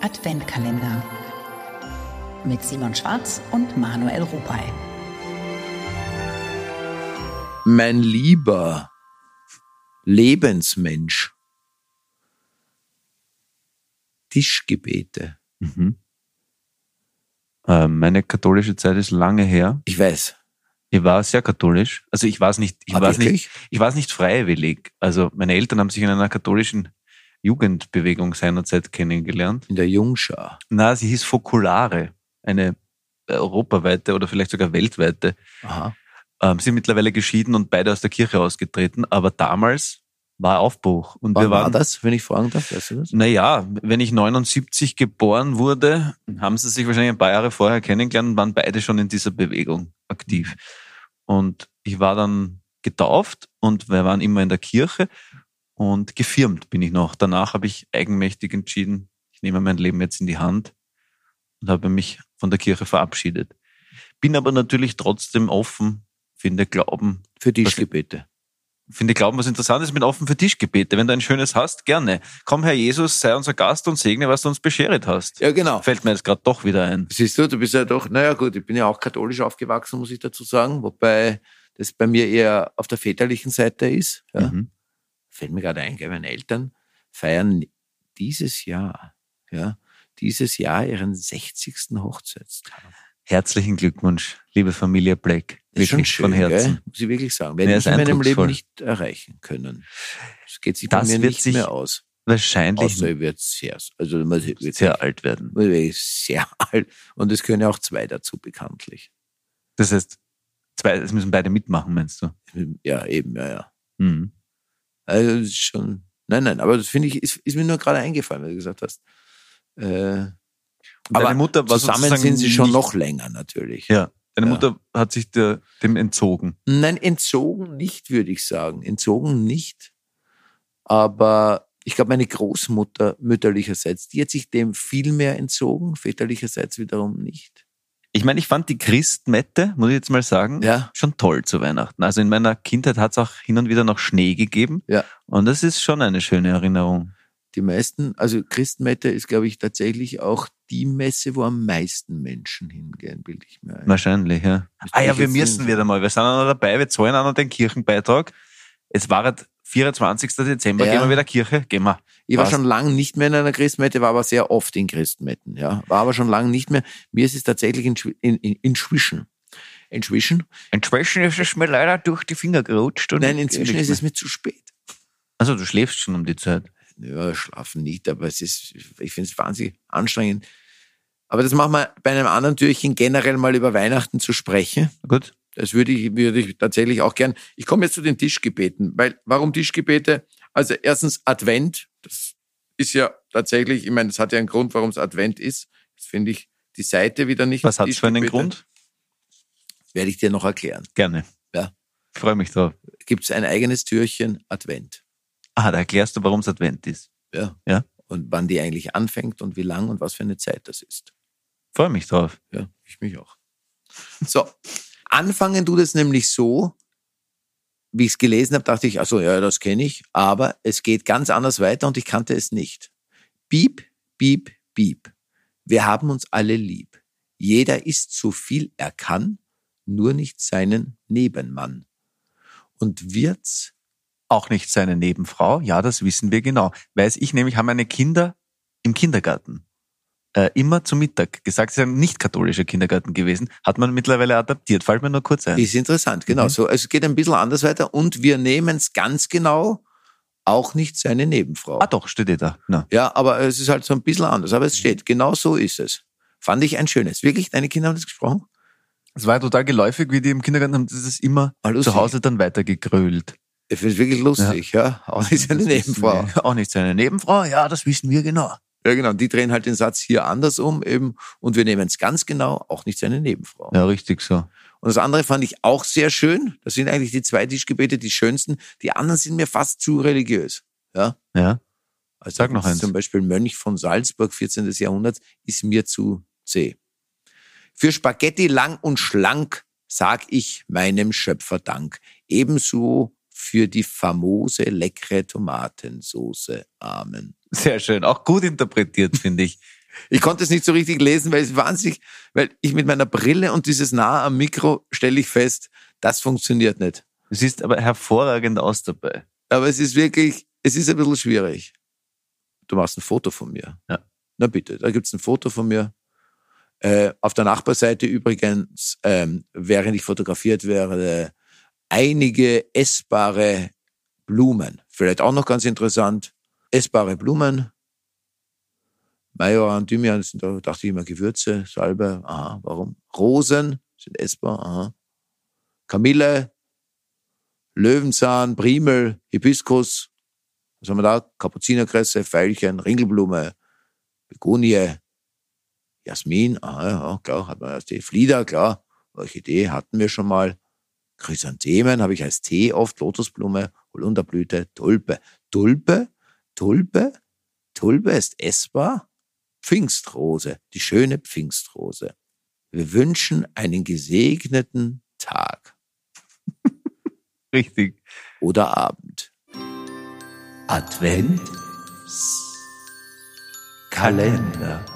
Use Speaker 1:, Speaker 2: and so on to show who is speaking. Speaker 1: Adventkalender mit Simon Schwarz und Manuel Rupay.
Speaker 2: Mein lieber Lebensmensch, Tischgebete.
Speaker 3: Mhm. Äh, meine katholische Zeit ist lange her.
Speaker 2: Ich weiß.
Speaker 3: Ich war sehr katholisch. Also ich war es nicht, ich
Speaker 2: Ah,
Speaker 3: war es nicht,
Speaker 2: wirklich?
Speaker 3: ich war es nicht freiwillig. Also meine Eltern haben sich in einer katholischen Jugendbewegung seinerzeit kennengelernt.
Speaker 2: In der Jungschar.
Speaker 3: Na, sie hieß Fokulare, eine europaweite oder vielleicht sogar weltweite.
Speaker 2: Aha.
Speaker 3: Ähm, sind mittlerweile geschieden und beide aus der Kirche ausgetreten, aber damals war Aufbruch. Und
Speaker 2: Wann
Speaker 3: wir
Speaker 2: war
Speaker 3: waren,
Speaker 2: das, wenn ich fragen darf? Weißt du das?
Speaker 3: Naja, wenn ich 79 geboren wurde, haben sie sich wahrscheinlich ein paar Jahre vorher kennengelernt und waren beide schon in dieser Bewegung aktiv. Und ich war dann getauft und wir waren immer in der Kirche und gefirmt bin ich noch. Danach habe ich eigenmächtig entschieden, ich nehme mein Leben jetzt in die Hand und habe mich von der Kirche verabschiedet. Bin aber natürlich trotzdem offen, finde Glauben
Speaker 2: Für Tischgebete.
Speaker 3: finde Glauben was Interessantes mit offen für Tischgebete. Wenn du ein schönes hast, gerne. Komm, Herr Jesus, sei unser Gast und segne, was du uns beschert hast.
Speaker 2: Ja, genau.
Speaker 3: Fällt mir jetzt gerade doch wieder ein.
Speaker 2: Siehst du, du bist ja doch, naja gut, ich bin ja auch katholisch aufgewachsen, muss ich dazu sagen, wobei das bei mir eher auf der väterlichen Seite ist. Ja.
Speaker 3: Mhm.
Speaker 2: Fällt mir gerade ein, gell, meine Eltern feiern dieses Jahr, ja, dieses Jahr ihren 60. Hochzeitstag.
Speaker 3: Herzlichen Glückwunsch, liebe Familie Black.
Speaker 2: Das ist schon
Speaker 3: Wirklich
Speaker 2: schön,
Speaker 3: von Herzen.
Speaker 2: Gell? muss ich wirklich sagen.
Speaker 3: Ja,
Speaker 2: Werde ich
Speaker 3: ist
Speaker 2: in meinem Leben
Speaker 3: eindrucksvoll.
Speaker 2: nicht erreichen können. Das geht sich
Speaker 3: Das
Speaker 2: bei mir
Speaker 3: wird
Speaker 2: nicht
Speaker 3: sich
Speaker 2: mehr aus.
Speaker 3: Wahrscheinlich
Speaker 2: Außer ich werde sehr, also man wird
Speaker 3: sehr alt werden.
Speaker 2: man wird sehr alt. Und es können ja auch zwei dazu bekanntlich.
Speaker 3: Das heißt, zwei, es müssen beide mitmachen, meinst du?
Speaker 2: Ja, eben, ja, ja.
Speaker 3: Mhm.
Speaker 2: Also das ist schon. Nein, nein, aber das finde ich, ist, ist mir nur gerade eingefallen, weil du gesagt hast. Äh,
Speaker 3: Und
Speaker 2: aber
Speaker 3: deine Mutter war
Speaker 2: zusammen
Speaker 3: sozusagen
Speaker 2: sind sie schon
Speaker 3: nicht-
Speaker 2: noch länger natürlich.
Speaker 3: Ja. Deine
Speaker 2: Ja.
Speaker 3: Mutter hat sich der, dem entzogen.
Speaker 2: Nein, entzogen nicht, würde ich sagen. Entzogen nicht. Aber ich glaube, meine Großmutter mütterlicherseits, die hat sich dem viel mehr entzogen, väterlicherseits wiederum nicht.
Speaker 3: Ich meine, ich fand die Christmette, muss ich jetzt mal sagen,
Speaker 2: Ja,
Speaker 3: schon toll zu Weihnachten. Also in meiner Kindheit hat es auch hin und wieder noch Schnee gegeben.
Speaker 2: Ja.
Speaker 3: Und das ist schon eine schöne Erinnerung.
Speaker 2: die meisten, also Christmette ist, glaube ich, tatsächlich auch die Messe, wo am meisten Menschen hingehen, bilde ich mir ein.
Speaker 3: Wahrscheinlich, ja.
Speaker 2: Müsste
Speaker 3: Ah ja,
Speaker 2: ich
Speaker 3: wir
Speaker 2: jetzt
Speaker 3: müssen
Speaker 2: sehen.
Speaker 3: wieder mal. Wir sind auch noch dabei, wir zahlen auch noch den Kirchenbeitrag. Es war halt 24. Dezember,
Speaker 2: Ja.
Speaker 3: gehen wir wieder Kirche, gehen wir.
Speaker 2: Ich war
Speaker 3: Was?
Speaker 2: schon lange nicht mehr in einer Christmette, war aber sehr oft in Christmetten, ja. War aber schon lange nicht mehr. Mir ist es tatsächlich in, in, in, inzwischen. Inzwischen?
Speaker 3: Inzwischen ist es mir leider durch die Finger gerutscht. Und
Speaker 2: Nein, inzwischen ist es mir zu spät.
Speaker 3: Also du schläfst schon um die Zeit.
Speaker 2: Ja, schlafen nicht, aber es ist, ich finde es wahnsinnig anstrengend. Aber das machen wir bei einem anderen Türchen generell mal über Weihnachten zu sprechen.
Speaker 3: Gut.
Speaker 2: Das würde ich, würde ich tatsächlich auch gern. Ich komme jetzt zu den Tischgebeten, weil warum Tischgebete? Also erstens Advent, das ist ja tatsächlich, ich meine, das hat ja einen Grund, warum es Advent ist. Jetzt finde ich die Seite wieder nicht.
Speaker 3: Was hat es für einen
Speaker 2: Tischgebete.
Speaker 3: Grund?
Speaker 2: Werde ich dir noch erklären.
Speaker 3: Gerne.
Speaker 2: Ja.
Speaker 3: Ich freue mich drauf.
Speaker 2: Gibt es ein eigenes Türchen Advent?
Speaker 3: Ah, da erklärst du, warum es Advent ist.
Speaker 2: Ja.
Speaker 3: Ja.
Speaker 2: Und wann die eigentlich anfängt und wie lang und was für eine Zeit das ist.
Speaker 3: Freue mich drauf.
Speaker 2: Ja, ich mich auch. So, anfangen tut es nämlich so, wie ich es gelesen habe, dachte ich, also ja, das kenne ich, aber es geht ganz anders weiter und ich kannte es nicht. Piep, piep, piep. Wir haben uns alle lieb. Jeder ist so viel er kann, nur nicht seinen Nebenmann. Und wird's
Speaker 3: auch nicht seine Nebenfrau. Ja, das wissen wir genau. Weiß ich nämlich, haben meine Kinder im Kindergarten äh, immer zu Mittag gesagt, es ist ein nicht katholischer Kindergarten gewesen, hat man mittlerweile adaptiert. Fällt mir nur kurz ein.
Speaker 2: Ist interessant, genau.
Speaker 3: Mhm.
Speaker 2: So, also es geht ein bisschen anders weiter und wir nehmen es ganz genau, auch nicht seine Nebenfrau.
Speaker 3: Ah doch, steht eh da. Na.
Speaker 2: Ja, aber es ist halt so ein bisschen anders. Aber es steht, genau so ist es. Fand ich ein schönes. Wirklich, deine Kinder haben das gesprochen?
Speaker 3: Es war total geläufig, wie die im Kindergarten haben, das ist immer
Speaker 2: War lustig.
Speaker 3: zu Hause dann weitergegrölt.
Speaker 2: Ich finde es wirklich lustig, ja. Auch nicht seine
Speaker 3: Das wissen
Speaker 2: Nebenfrau.
Speaker 3: wir. Auch nicht seine Nebenfrau, ja, das wissen wir genau.
Speaker 2: Ja, genau. Die drehen halt den Satz hier anders um eben. Und wir nehmen es ganz genau, auch nicht seine Nebenfrau.
Speaker 3: Ja, richtig so.
Speaker 2: Und das andere fand ich auch sehr schön. Das sind eigentlich die zwei Tischgebete, die schönsten. Die anderen sind mir fast zu religiös.
Speaker 3: Ja.
Speaker 2: Also
Speaker 3: Sag noch eins.
Speaker 2: Zum Beispiel Mönch von Salzburg, 14. Jahrhunderts, ist mir zu zäh. Für Spaghetti lang und schlank sag ich meinem Schöpfer Dank. Ebenso für die famose leckere Tomatensoße. Amen.
Speaker 3: Sehr schön. Auch gut interpretiert, finde ich.
Speaker 2: Ich konnte es nicht so richtig lesen, weil es wahnsinnig, weil ich mit meiner Brille und dieses nah am Mikro stelle ich fest, das funktioniert nicht.
Speaker 3: Du siehst aber hervorragend aus dabei.
Speaker 2: Aber es ist wirklich, es ist ein bisschen schwierig. Du machst ein Foto von mir.
Speaker 3: Ja.
Speaker 2: Na bitte, da gibt's ein Foto von mir. Äh, auf der Nachbarseite übrigens, ähm, während ich fotografiert werde, einige essbare Blumen. Vielleicht auch noch ganz interessant. Essbare Blumen. Majoran, Thymian sind, da dachte ich immer Gewürze, Salbe, aha, warum? Rosen sind essbar, aha. Kamille, Löwenzahn, Primel, Hibiskus, was haben wir da? Kapuzinerkresse, Veilchen, Ringelblume, Begonie, Jasmin, ah, ja, klar, hat man als Tee. Flieder, klar, Orchidee hatten wir schon mal. Chrysanthemen habe ich als Tee oft, Lotusblume, Holunderblüte, Tulpe. Tulpe, Tulpe, Tulpe ist essbar. Pfingstrose, die schöne Pfingstrose. Wir wünschen einen gesegneten Tag
Speaker 3: Richtig.
Speaker 2: oder Abend.
Speaker 4: Advent, Kalender.